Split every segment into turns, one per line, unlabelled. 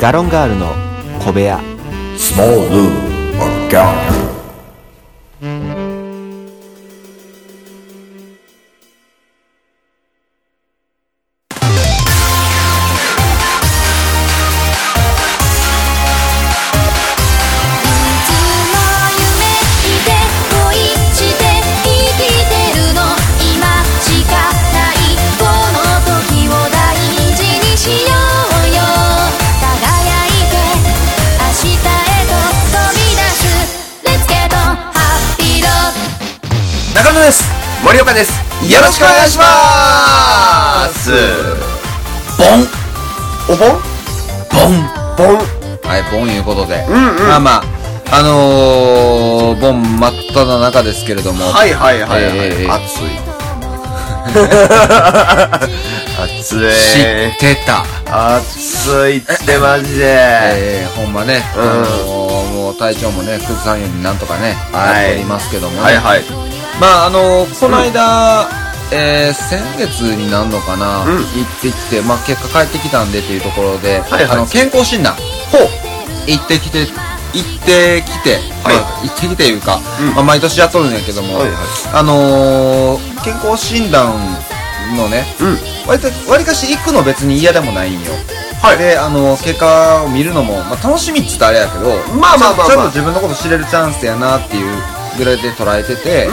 ガロンガールの小部屋
Small Lou McGallagher.
いつも夢見て恋して生きてるの今しかないこの時を大事にしようよ輝いて明日へと飛び出す Let's get on happy road
中野です
森岡ですよろしくお願いしますボン
お盆
ボン
盆
はいボンいうことで、まあまああのー、ボン真っ只中ですけれども
はいはいはいはい、
えー
暑い暑い
知ってた
暑いってマジで、
えー、ほんまね、
うん
あのーもう体調もね崩さんようになんとかね
はい
やっておりますけどもね、
はいはい
まああのーこの間、えー先月になるのかな、
うん
行ってきて、まあ、結果帰ってきたんでというところで、
はいはい
あの健康診断
ほう
行ってきて行ってきて、
はい
まあ行ってきていうか、
うん
まあ、毎年やっとるんやけども、
はいはい
あのー健康診断のね
うん
割と割かし行くの別に嫌でもないんよ、
はい
であの結果を見るのも、まあ、楽しみっつったらあれやけど
まあまあまあまあ
ちゃんちゃんと自分のこと知れるチャンスやなっていうぐらいで捉えてて、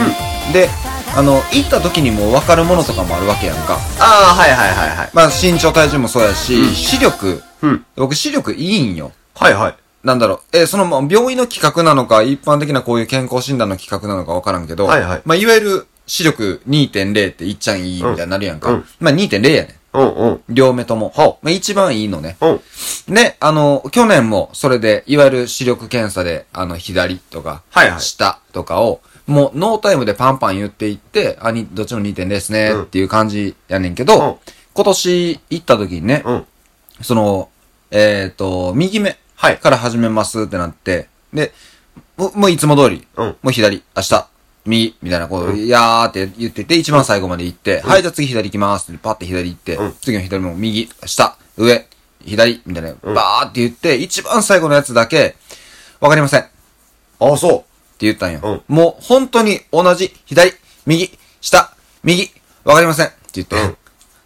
であの行った時にもう分かるものとかもあるわけやんか、
ああはいはいはいはい
まあ、身長体重もそうやし、
うん
視力
うん
僕視力いいんよ
はいはい
なんだろう、えーその、まあ、病院の企画なのか、一般的なこういう健康診断の企画なのかわからんけど、
はいはい
まあ、いわゆる視力2.0っていっちゃんいいみたいになるやんか。
うんうん
まあ、2.0やね
うんうん
ん。両目とも。まあ、一番いいのね。
うん
ね、あの、去年もそれで、いわゆる視力検査で、あの、左とか、
はいはい
下とかを、もう、ノータイムでパンパン言っていって、あ、に、どっちも2.0ですね、
うん
っていう感じやねんけど、
うん
今年行った時にね、
うん
その、えっ、と、右目
はい
から始めますってなって、で、もうもういつも通り、
うん
もう左、明日、右、みたいな、こう、いやーって言ってて、一番最後まで行って、はい、じゃあ次左行きますって、パッて左行って、
うん
次の左も右、下、上、左、みたいな、
ん
バーって言って、一番最後のやつだけ、わかりません。
ああそ
って言ったんよ。
うん
もう本当に同じ、左、右、下、右、わかりませんって言って。
うん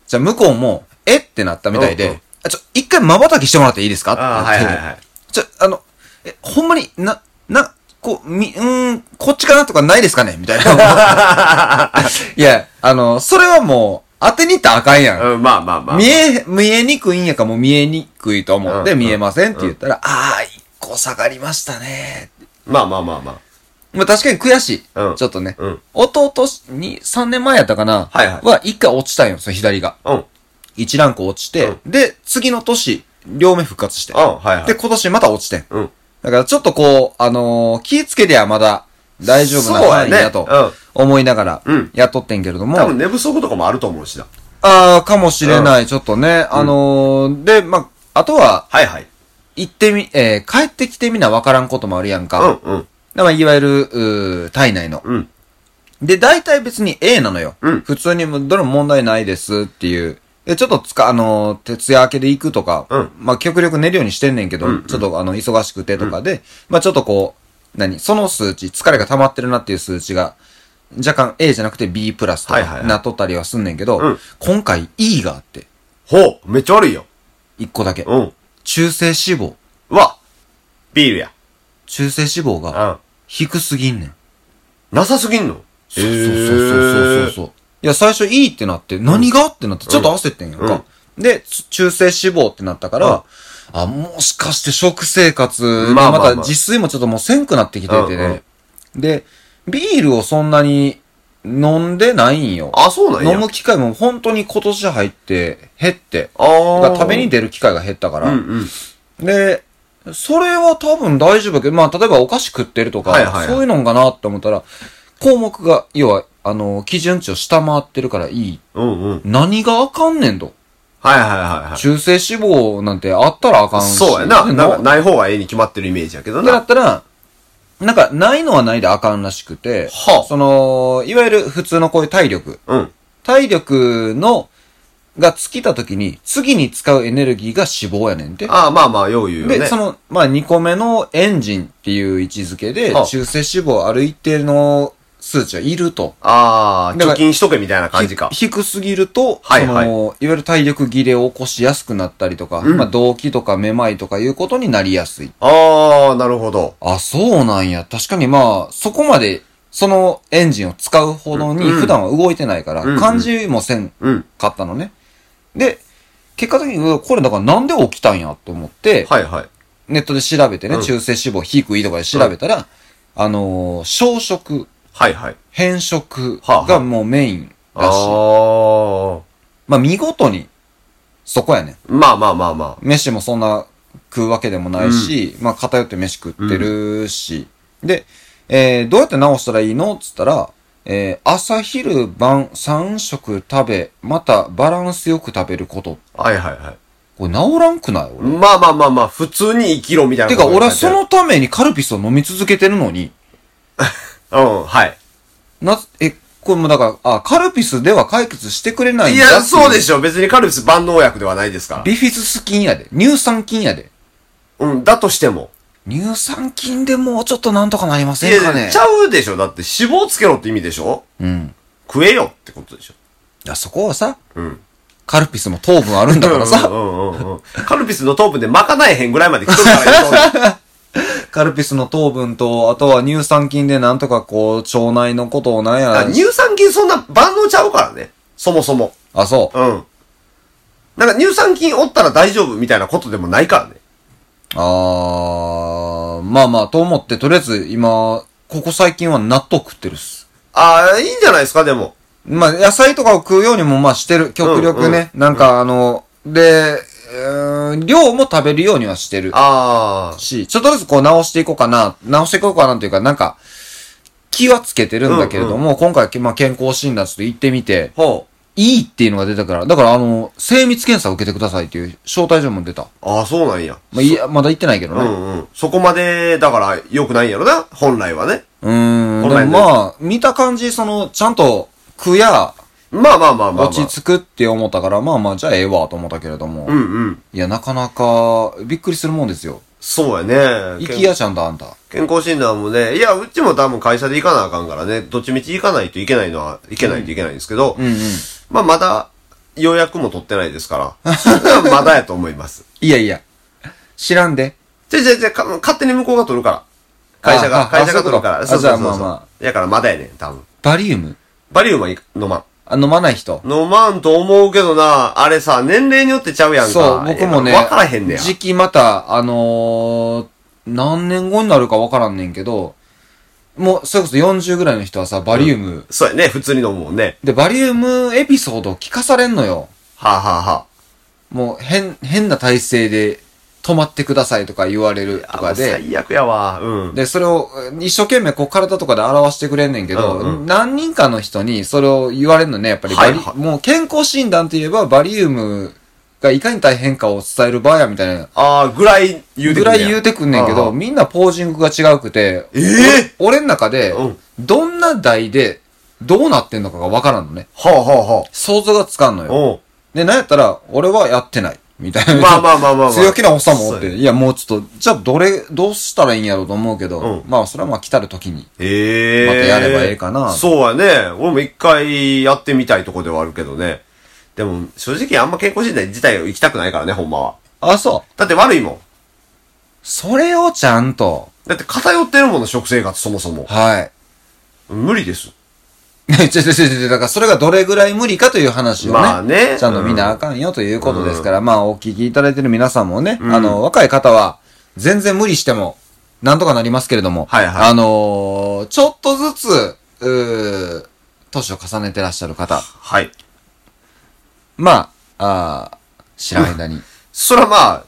じゃあ向こうも、えってなったみたいで、
うんうん
あちょ、一回瞬きしてもらっていいですかって
あー
なって
はいはいはい
ちょ、あの、え、ほんまにな、な、こう、み、うーん、こっちかなとかないですかねみたいな。 いや、あの、それはもう、当てに行ったらあかんやん。
ううんまあまあまあ
見え、見えにくいんやかもう見えにくいと思って、
うんうん
見えませんって言ったら、ああ、一個下がりましたね
まあまあまあまあ
まあ確かに悔しい。
うん
ちょっとね。
うん
弟に、3年前やったかな
はいはい
一回落ちたんよ、その左が。
うん
1ランク落ちて、で、次の年、両目復活して。
うんはいはい
で、今年また落ちてん。
うん
だからちょっとこう、あのー気ぃつけりゃまだ大丈夫な
そうや
範囲
ね
だと思いながら
うん
やっとってんけれども、
多分寝不足とかもあると思うしな
ああ、かもしれない、ちょっとね、あのーで、まあ、あとは、
はいはい
行ってみ、えー帰ってきてみなわからんこともあるやん
う
か。
んうん
だからいわゆる、うー体内の。
うん
で、大体別に A なのよ。
うん
普通にもどれも問題ないですっていう。で、ちょっとつか、あのー、徹夜明けで行くとか、
うん
まあ、極力寝るようにしてんねんけど、
うんうん
ちょっとあの、忙しくてとかで、まあ、ちょっとこう、何その数値、疲れが溜まってるなっていう数値が、若干 A じゃなくて B プラスと
はいはい
か
はい
なっとったりはすんねんけど、
うん
今回 E があって、
ほうめっちゃ悪いよ
一個だけ。
うん
中性脂肪。
はビールや
中性脂肪が
う
低すぎんねん。
んなさすぎんの
そうそうそうそうそう
う
そう。いや、最初いいってなって、何がってなって、ちょっと焦ってんやんか。で、つ中性脂肪ってなったから、あ、もしかして食生活で、
まあまあ
ま
まあ
た自炊もちょっともうせんくなってきててね。で、ビールをそんなに飲んでないんよ。
あそうなんや
飲む機会も本当に今年入って減って、だか
あ
ら
あ
食べに出る機会が減ったか
う
ら、
んうん
で、それは多分大丈夫だけど、まあ、例えばお菓子食ってるとか、
はいはいはい
そういうのんかなって思ったら、項目が、要は、あの、基準値を下回ってるからいい。
うんうん
何があかんねんと。
はいはいはいはい
中性脂肪なんてあったらあかんし。
そうやな
で
なんかない方がええに決まってるイメージやけど
ってな
な
ったら、なんか、ないのはないであかんらしくて、
はあ
その、いわゆる普通のこういう体力。
うん
体力の、が尽きた時に、次に使うエネルギーが脂肪やねんて。
ああ、まあまあ、よう言うよね。
で、その、まあ、2個目のエンジンっていう位置づけで
はあ、
中性脂肪ある一定の数値はいると。
ああ、
だか
貯
ら
金しとけみたいな感じか。
ひ低すぎると、
はい
そ
はい
の、いわゆる体力切れを起こしやすくなったりとか、
うん
まあ、動悸とかめまいとかいうことになりやすい。
ああ、なるほど。
あ、そうなんや。確かにまあ、そこまで、そのエンジンを使うほどに
うん
普段は動いてないから、
うん
感じもせん
うん。
かったのね。で、結果的に、うわこれだからなんで起きたんやと思って、
はいはい。
ネットで調べてね、
うん
中性脂肪低いとかで調べたら、あのー、小食、
はいはい。
変色
はあはあ
がもうメイン
あ
だし、
あ。
まあ見事に、そこやね。
まあまあまあま
飯もそんな食うわけでもないし、まあ偏って飯食ってるし、で、えーどうやって直したらいいのっつったら、えー朝昼晩3食食べ、またバランスよく食べること。
あ。はいはいはい。
これ治らんくない俺。
まあまあまあまあ、普通に生きろみたいな
て
こと
か
が書いある。
俺はそのためにカルピスを飲み続けてるのに、
うん、はい。
な、え、これもだから、あ、カルピスでは解決してくれないん
い
だって
や、そうで
ょ。
しょ。別にカルピス万能薬ではないですから。
ビフィズス菌やで。乳酸菌やで。
うん、だとしても。
乳酸菌でもうちょっとなんとかなりま
い
せんか
や、
ね
ち。ゃうでしょ。だって脂肪つけろって意味でしょ
うん。
食えよってことでしょ。
いや、そこはさ、
うん。
カルピスも糖分あるんだから
う
さ、
んうんうんうん。カルピスの糖分でまかないへんぐらいまで来とるか らよ
カルピスの糖分と、あとは乳酸菌でなんとかこう、腸内のことをなんや
あ
ら。
乳酸菌そんな万能ちゃうからね。そもそも。
あ、そう。
うん。なんか乳酸菌おったら大丈夫みたいなことでもないからね。
あー、まあまあ、と思って、とりあえず今、ここ最近は納豆食ってるっす。
ああ、いいんじゃないですか、でも。
まあ、野菜とかを食うようにもまあしてる。極力ね。なんかあの、で、うーん量も食べるようにはしてる。
あ
し、ちょっとずつこう直していこうかな、直していこうかなというか、なんか、気はつけてるんだけれども、今回、まあ、健康診断ちょっと行ってみて、
ほ
いいっていうのが出たから、だからあの、精密検査を受けてくださいっていう招待状も出た。
あ。ああ、そうなんや。
まあ、いや、まだ行ってないけど
う
ね。
んうん。そこまで、だから、良くないんやろな。本来はね。
うーん。
この
でも
辺で
まあ、見た感じ、その、ちゃんと、食や、
まあまあまあまあ、まあ。
落ち着くって思ったから、まあまあ、じゃあええわと思ったけれども。
うんうん。
いや、なかなか、びっくりするもんですよ。
そうやね。
行きやちゃんだ、あんた。
健康診断もね、いや、うちも多分会社で行かなあかんからね、どっちみち行かないといけないのは、行けないといけないんですけど、
うんうん。
まあまだ、予約も取ってないですから、 それはまだやと思います。
いやいや。知らんで。
じゃじゃじゃ、か勝手に向こうが取るから。会社
あ
が、
あ
会社が取るか
あ
ら。そ
そ
うう
か
そうそう
あじゃあまあま
そう。やからまだやねん、多分。
バリウム
バリウムはい飲まん。
あ、飲まない人。
飲まんと思うけどな、あれさ、年齢によってちゃうやんか。
そう、僕もね、
わからへんねや。
時期また、あのー、何年後になるかわからんねんけど、もう、それこそ40ぐらいの人はさ、バリウム、
そうやね、普通に飲むもんね。
で、バリウムエピソードを聞かされんのよ。
はあ、はあは
もう、変、変な体勢で、止まってくださいとか言われる
あ、
とか
もう
で、
最悪やわ、うん。
で、それを、一生懸命、こう、体とかで表してくれんねんけど、
うんうん
何人かの人に、それを言われるのね、やっぱりバ
は
リ、
いはい
もう、健康診断といえば、バリウムがいかに大変かを伝える場合や、みたいな。
ああ、ぐらい言うて
ぐ
くんねや
らい言うてくんねんけ
あ
ど、
あ
みんなポージングが違うくて、
ええ
俺俺ん中で
うん、
どんな台で、どうなってんのかがわからんのね。
はあはあは
想像がつかんの
あ。
よ。
お
で、なんやったら、俺はやってない。みたいな。
まあまあまあまあまあ
強気なおっさんもおっ
そう
て。
や
いや、もうちょっと、じゃあ、どれ、どうしたらいいんやろうと思うけど、
う
まあ、それはまあ、来たる時に。
ええ
またやればええかな
そうやね。俺も一回やってみたいとこではあるけどね。でも、正直あんま健康診断自体を行きたくないからね、ほんまは。
あ、そう。
だって悪いもん。
それをちゃんと、
だって偏ってるもの、食生活そもそも。
はい。
無理です。
ねちょちょちょちょ、だからそれがどれぐらい無理かという話をね。
まあね
ちゃんと見なあかんよということですから、まあお聞きいただいてる皆さんもね、あの、若い方は、全然無理しても、なんとかなりますけれども、
はいはい
あのーちょっとずつ、うー年を重ねてらっしゃる方、
はい。
まあ、あー知らん間に。
そらまあ、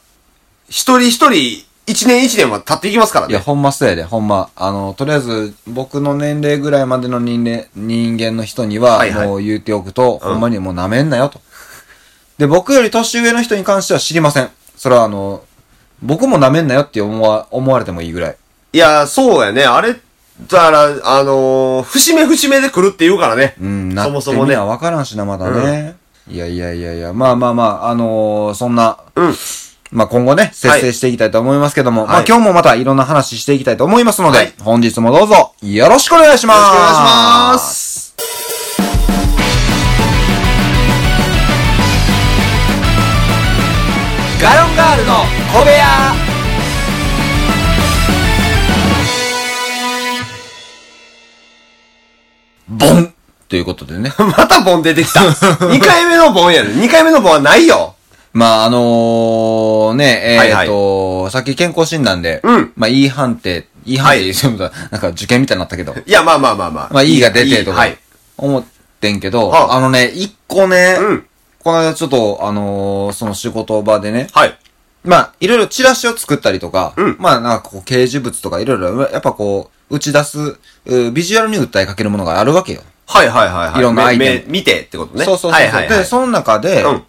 一人一人、一年一年は経っていきますから
いや、
ね。
ほんまそうやで、ほんま。あの、とりあえず、僕の年齢ぐらいまでの人間人間の人には、
はいはい
もう言っておくと、ほんまにもう舐めんなよと。で、僕より年上の人に関しては知りません。それはあの、僕も舐めんなよって思わ、思われてもいいぐらい。
いや、そうやね。あれ、だから、あのー節目節目で来るって言うからね。
うん、な
そ
っ
も
て
そも
み
ね
は。わからんしな、まだね。いやいやいやいや、まあまあまあ、あのーそんな、
うん
まあ今後ね、節制していきたいと思いますけども、
い
まあ今日もまたいろんな話していきたいと思いますので、
はい
本日もどうぞよろしくお願いします
よろしくお願いし ます。
ガロンガールの小部屋ボンということでね。
またボン出てき た。2回目のボンやね。2回目のボンはないよ。
まあ、あのー、ね、
は
え
い
ー
はい
っ、と、さっき健康診断で、
うん
まあ、E 判定、E 判定、 そういうことなんか受験みたいになったけど、
いや、まあまあまあまあ。
まあ、E が出てとか
はい。、
思ってんけど、
は
あのね、一個ね、
うん
この間ちょっと、あのーその仕事場でね、
はい。
まあ、いろいろチラシを作ったりとか、
うん
まあ、なんかこう、掲示物とかいろいろ、やっぱこう、打ち出す、うビジュアルに訴えかけるものがあるわけよ。
はいはいはいはい。
いろんなアイテム
目目見てってことね。
そうそうそうそ
は
う、
いはいはい。
で、その中で、
うん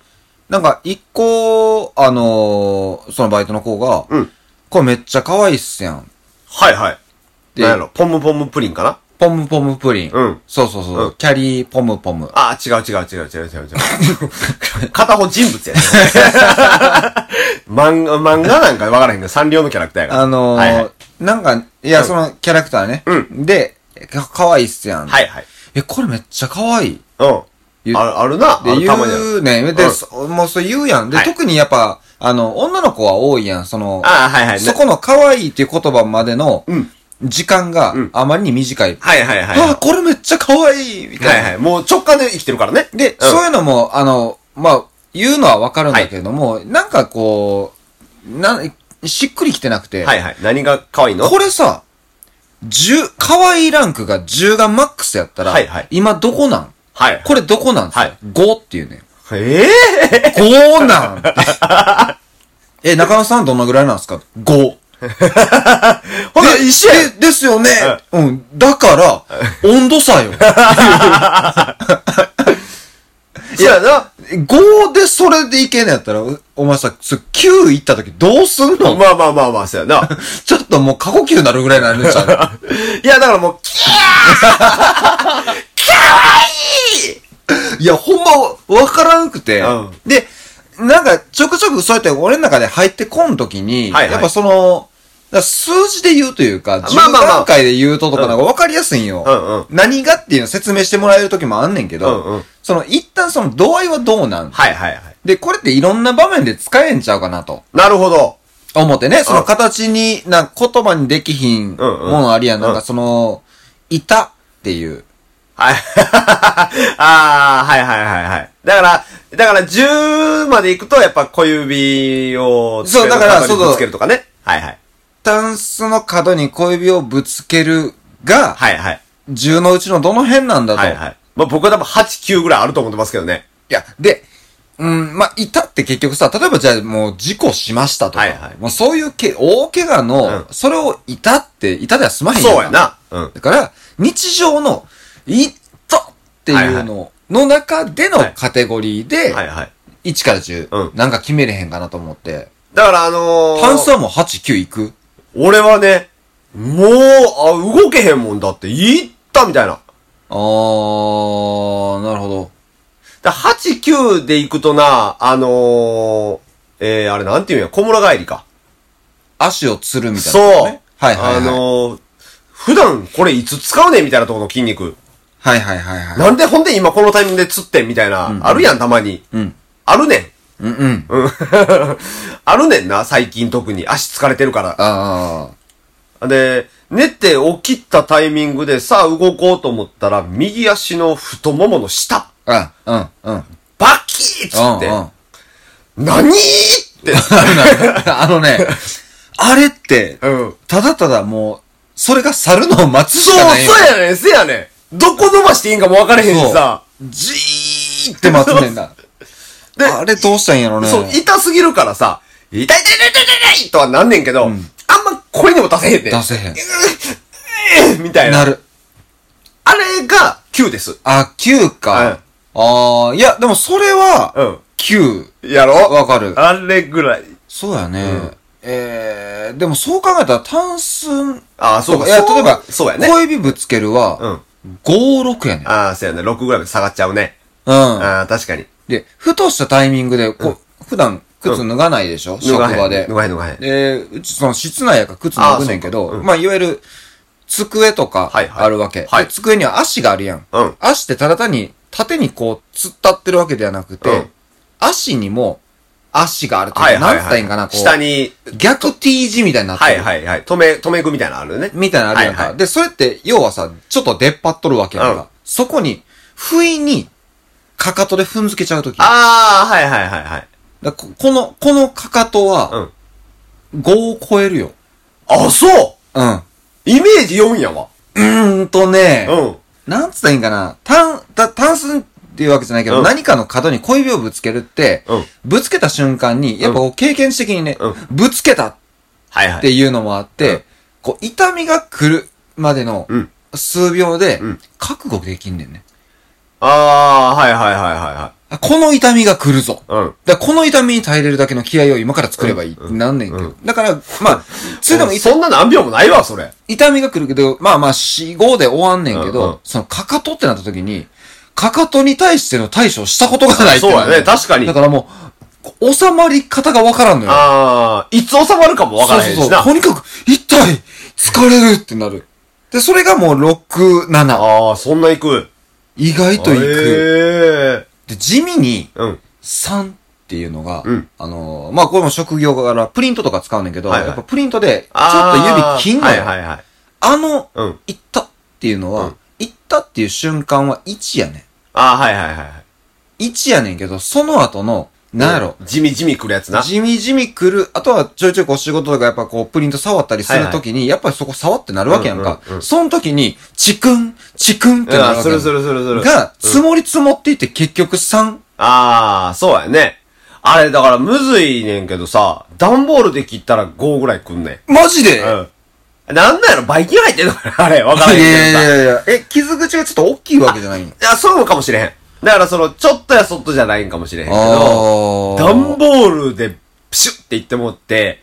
なんか一個、あのーそのバイトの子が、
うん
これめっちゃ可愛いっすやん。
はいはい。
で
なんやろ、ポムポムプリンかな
ポムポムプリン。
うん
そうそうそう。
うん
キャリーポムポム。
あー、違う違う違う違う違う 違う。片方人物やね。漫画、漫画なんか分からへんけど、サンリオのキャラクターやから。
あのー
はいはい
なんか、いや、
うん
そのキャラクターね。
うん
で、か可愛いっすやん。
はいはい。
え、これめっちゃ可愛い。
う
言
ん。
う
ある、あるな。あ
で、
るたまにあ
言
る。
うね。で、
うん
そもうそう言うやん。で、
はい
特にやっぱ、あの、女の子は多いやん。その、
あー、はいはい。
そこの可愛いっていう言葉までの
うん、
時間が
うん
あまりに短い。
はいはいはい。
あ、これめっちゃ可愛いみたいな。
はいはい。もう直感で生きてるからね。
で、
うん
そういうのも、あの、まあ、言うのはわかるんだけれども、なんかこう、な、しっくりきてなくて、
はいはい。何が可愛いの
これさ、10、可愛いランクが10がマックスやったら、
はいはい
今どこなん
はい。
これどこなんですか、
はい
?5 っていうね。
ええ
5な んてえ、中野さんどのぐらいなんですか ?5。
ほら、一緒やん
でですよね、うん。だから、温度差よ。
そうやな。
5でそれでいけんのやったら、うお前さ、そ9行った時どうすんの
まあまあまあまあ、そうや な。
ちょっともう過呼吸になるぐらいになる んちゃう
いや、だからもう、キ
いや、ほんまわからんくて、
うん
で、なんかちょくちょくそうやって俺の中で入ってこん時に、
はいはい
やっぱその、だから数字で言うというか、10
まあまあまあ
段階で言うととかなんか分かりやすいんよ。
うんうん
何がっていうの説明してもらえる時もあんねんけど、
うんうん
その一旦その度合いはどうなん、
はいはいはい。
で、これっていろんな場面で使えんちゃうかなと。
なるほど。
思ってね、その形に、なんか言葉にできひんも
うんうん
のありやん、なん
う
か
ん
その、いたっていう。
はい。ああ、はいはいはいはい。だから、だから10まで行くと、やっぱ小指を、
そうだからそうそう
つけるとかね。はいはい。
タンスの角に小指をぶつけるが、
はいはい。
10のうちのどの辺なんだと。
はいはい。まあ僕は多分8、9ぐらいあると思ってますけどね。
いや、で、うん、まあ、いたって結局さ、例えばじゃあもう事故しましたとか、
はいはい
もうそういうけ大怪我の、
うん
それをいたって、いたでは済まへんん
そうや。な。うん。
だから、日常の、いたっていうの、の中でのカテゴリーで、
はいはい。
1から10、
うん
なんか決めれへんかなと思って。
だからあのー、
単数はもう8、9いく
俺はね、もう、あ、動けへんもんだって、いったみたいな。
あー、なるほど。
だ8、9で行くとな、あのー、えー、あれなんていうんや、小村帰りか。
足をつるみたいな、
そう。
はいはいはい。
あのー、普段これいつ使うねんみたいなところの筋肉。
はいはいはいはい。
なんでほんで今このタイミングで釣ってんみたいな、あるやんたまに。
ん
あるねん。
うんうん。あ
あるねんな、最近特に。足疲れてるか
あ
ら。で、寝て起きたタイミングでさあ動こうと思ったら、右足の太ももの下、
ー。あ、うん、うん。
バキーっつって、
うんうん
何って。
あの ね、あれって、
うん。
ただただもう、それが猿のを待つし
そう、
かない
そうやねん、せやねん。どこ伸ばしていいんかも分からへんしさ。
じーって待つねんな。
で
あれどうしたんやろね。
そう、痛すぎるからさ、痛い痛い痛い痛い痛い痛いとはなんねんけど、あんま声にも出せへんねん。
出せへん。
えー みたいな。
なる。
あれが9です。
あ、9か。ああ、いや、でもそれ
う
は、
ん。
9。
やろ
わかる
あれぐらい。
そうやね。えー、でもそう考えたら単数
あーそうか
いや、
そう
例えば、
そうやね
小指ぶつけるは、5、6やね。
ああ、そうやね。6ぐらいまで下がっちゃうね。
うん。
ああ、確かに。
で、ふとしたタイミングで、こう、普段靴脱がないでしょ、職
脱がへん
場で。
脱がへん脱がへん
で、うちその室内やから靴脱ぐねんけ
あー
ど、
そうかうん
まあ、いわゆる、机とか
はいはい
あるわけ。
はい
で机には足があるやん。
うん
足ってただ単に縦にこう突っ立ってるわけではなくて、
うん
足にも足があるというか、
はいはい
なんつったらいいんかな、
は
こ
い。
う。
下。に、
逆 T 字みたいになって
はい
る。
はいはい。止め、止め具みたいなのあるね。
みたいなのあるやんか。
はいはい
で、それって、要はさ、ちょっと出っ張っとるわけやんか。
うん
そこに、不意に、かかとで踏んづけちゃうとき。
ああ、はいはいはいはい。
だここの、このかかと
う
は
ん、
5を超えるよ。
あ、そう
うん。
イメージ4やわ。
うーんとね、
うん。
なんつったらいいんかな。単、た、単数っていうわけじゃないけど、
うん
何かの角に小指をぶつけるって、
うん
ぶつけた瞬間に、やっぱこう経験値的にね、
うん
ぶつけたっ
はいは
て
い。
いうのもあって、
うん
こう痛みが来るまでの
うん
数秒で
うん、
覚悟できんねんね。
ああ、はいはいはい
あこの痛みが来るぞ。
はいはい。うん。
だからこの痛みに耐えれるだけの気合を今から作ればいいってなんねんけど。だから、ま あ、それでも痛
そんな何秒もないわ、それ。
痛みが来るけど、まあまあ、4、5で終わんねんけど、
うんうん
その、かかとってなった時に、かかとに対しての対処をしたことがないっていのが
そうやね確かに
だからもう、収まり方がわからんのよ。
ああ、いつ収まるかもわからへん
そう
し
そ
な。
うそう。とにかく、痛い疲れるってなる。で、それがもう6、7。
ああ、そんな行く。
意外といく。
え
で、地味に、
えうん。
3っていうのが、
うん
あのーまあ、これも職業からプリントとか使うねんけど、
はいはい
やっぱプリントで、ちょっと
あー
指切んのよ。
はいはいはい。
あの、
うん
行ったっていうの
う
は
ん、
行ったっていう瞬間は1やね
ああ、はいはいはいはい。
ん。1やねんけど、その後の、なんやろ、
地味地味来るやつな。
地味地味来る、あとはちょいちょいこう仕事とかやっぱこうプリント触ったりするときに、やっぱりそこ触ってなるわけやんか。
うんうんうん
その時に、チクン、チクンってなる
うん、す
わけや
る
ん
するするする。
が、積もり積もっていって結局3。
ああ、そうやね。あれ、だからむずいねんけどさ、段ボールで切ったら5ぐらいくんねん。
マジで、
うん。なんだろ、バイキン入ってんのかなあれ、 わからへん
いや
け
い
どさ。
やいやいや、え、傷口がちょっと大きいわけじゃないん
いや、そうかもしれへん。だからその、ちょっとやそっとじゃないんかもしれへんけ
あー
ど、段ボールでプシュっていってもって、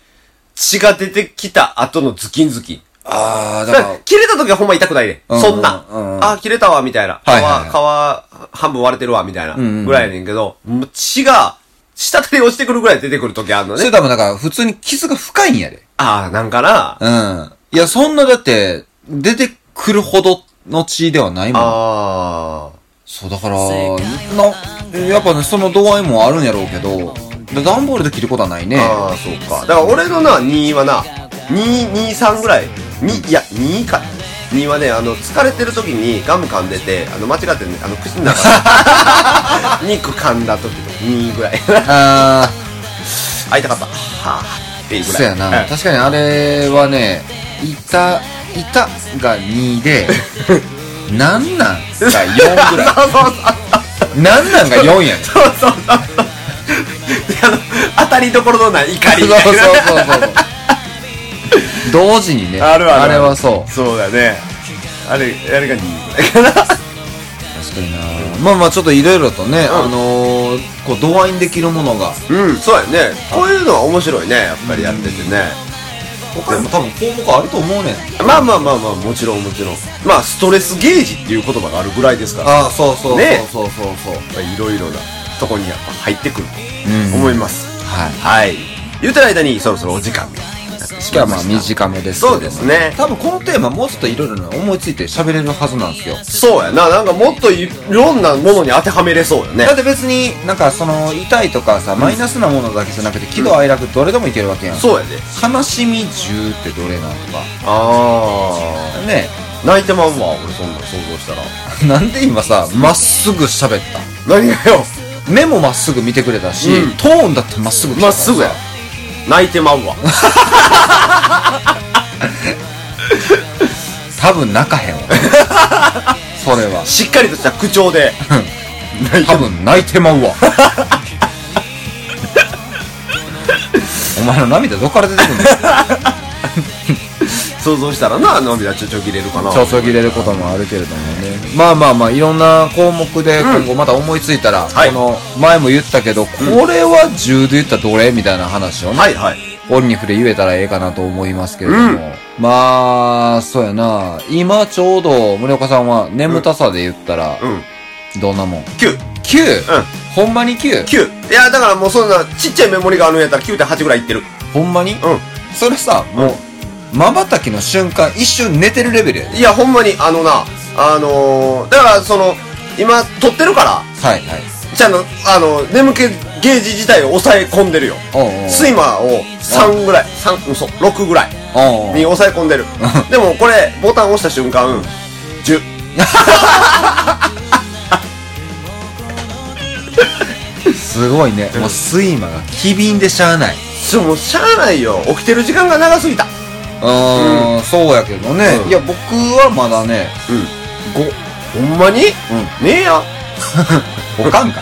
血が出てきた後のズキンズキン。
あー、
だ
だ
か
から
ら、切れた時はほんま痛くないで。
うん
そんな。
うん
あー、切れたわ、みたいな。皮、
はいはい
皮、半分割れてるわ、みたいな。
んうん
ぐらいやねんけど、もう血が、滴り落ちてくるぐらい出てくる時あるの
それ
ね。
多分だから普通に傷が深いんやで。
あー、なんかな。
うん。いや、そんなだって、出てくるほどの血ではないもん。
あ
そう、だから、な、やっぱね、その度合いもあるんやろうけど、で段ボールで切ることはないね
ー。。あー、そうか。だから俺のな、2はな、2、2、3ぐらい。2、いや、2か。2はね、あの、疲れてる時にガム噛んでて、あの、間違ってね、あの、口の中 で肉噛んだ時と2ぐらい。
あ
あ、痛かった。はぁ、ってい
ー、
うぐらい。
そうやな。
ん
確かにあれはね、いた、いたが2で、 なんなんが4ぐらい。なんなんが4やねん。
そうそうそうそう。 あの、当たりどころのない怒り
そう
みたいな。
そうそうそう。同時にね。
あるある。
あれはそう。
そうだね。あれ、あれが2
確かになまあまあちょっといろいろとね、あのー、こう度合いにできるものが
うん、そうやね。こういうのは面白いね、やっぱりやっててね。
他にも多分項目あると思うねん
まあまあまあまあ、もちろんもちろん。まあ、ストレスゲージっていう言葉があるぐらいですから。
ああそうそう
ね
そうそうそうそう、
まあいろいろなとこにやっぱ入ってくる
うん
と思います。
はい
はい。言うてる間にそろそろお時間がなってしまいました。
今日はまあ短めですけど
そうですね
多分このテーマもうちょっといろいろな思いついて喋れるはずなんですよ
そうやな。なんかもっといろんなものに当てはめれそうよね
だっ。て別になんかその痛いとかさマイナスなものだけじゃなくて喜怒哀楽どれでもいけるわけやん
そうやで。
悲しみ10ってどれなんとか
あ
ね
あ 泣いてまうわ俺そんなん想像したら
なんで今さまっすぐ喋った
何がよ
目もまっすぐ見てくれたし、
うん
トーンだってまっすぐ来た
まっ
からさ
すぐや泣いてまうわ
多分泣かへんわそれは
しっかりとした口調で泣いて
多分泣いてまう わお前の涙どっから出てくるの
想像したらな涙ちょちょ切れるかな
注ぎ入れることもあるけれどもねまあまあまあいろんな項目で今後また思いついたら、
はい
この前も言ったけど、これは10で言ったらどれみたいな話をね、
はいはい
折に触れ言えたらええかなと思いますけれども、まあそうやな今ちょうど森岡さんは眠たさで言ったら、
うん
どんなもん
9。う
?9!
ん。
ほんまに 9?
9。いや、だからもうそんな、ちっちゃいメモリがあるんやったら9.8ぐらいいってる。
ほんまに
う
それさ、もう、瞬きの瞬間、一瞬寝てるレベルや
ん。
で。
いや、ほんまに、あのな、あのー、だからその、今、撮ってるから、
はいはい。
ちゃんと、あの、眠気ゲージ自体を抑え込んでるよ。
おうおう
睡魔を3ぐらい、3、嘘、6ぐらい
おうおう
に抑え込んでる。でもこれ、ボタン押した瞬間、10。
すごいね。もう睡魔が機敏でしゃあない。
ちょ、もうしゃあないよ。起きてる時間が長すぎた。
うーん、そうやけどね。
うん
いや、僕はまだね、
うん。
5。
ほんまに
う
ねえや。
ん。5巻か。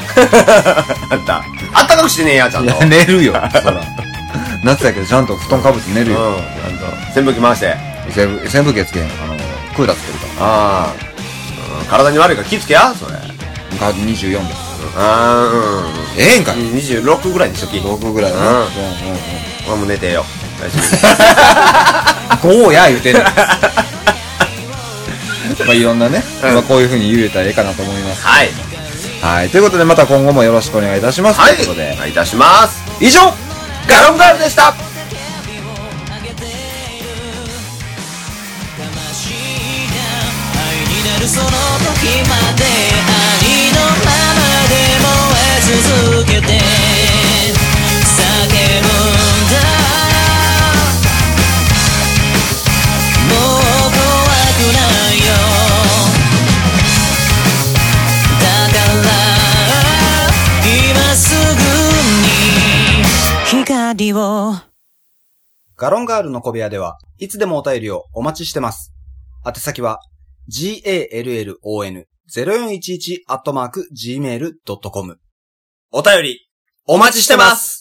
あんた、あったかくしてねえや、ちゃん
い
と。
や、寝るよ、そら。 夏やけど、ちゃんと布団かぶって寝る
うん、ち
よ。
ゃんと。扇風機回して。
扇風扇風機つけん。あの、クーラーつけるか
ああ。うん体に悪いから気ぃつけや、それ。
ら。が24です。
あ
ええん
あ、
か
う
い
ん。26ぐらいにしとき。
?6 ぐらいだ
うん
な。
俺も寝てよ。大丈
うんうん。5や、言うてんねんまあ、いろんなね、
うん
まあ、こういう風に言えたらええかなと思います
夫。。はい。
はい。ということで、また今後もよろしくお願いいたします。
はい。
ということで
お、願いいたします。
以上
ガロンガールでした
その時まで愛のままで燃え続けて叫ぶんだもう怖くないよだから今すぐに光を
ガロンガールの小部屋では、いつでもお便りをお待ちしてます。宛先は、gallon0411-gmail.com。お便り、お待ちしてます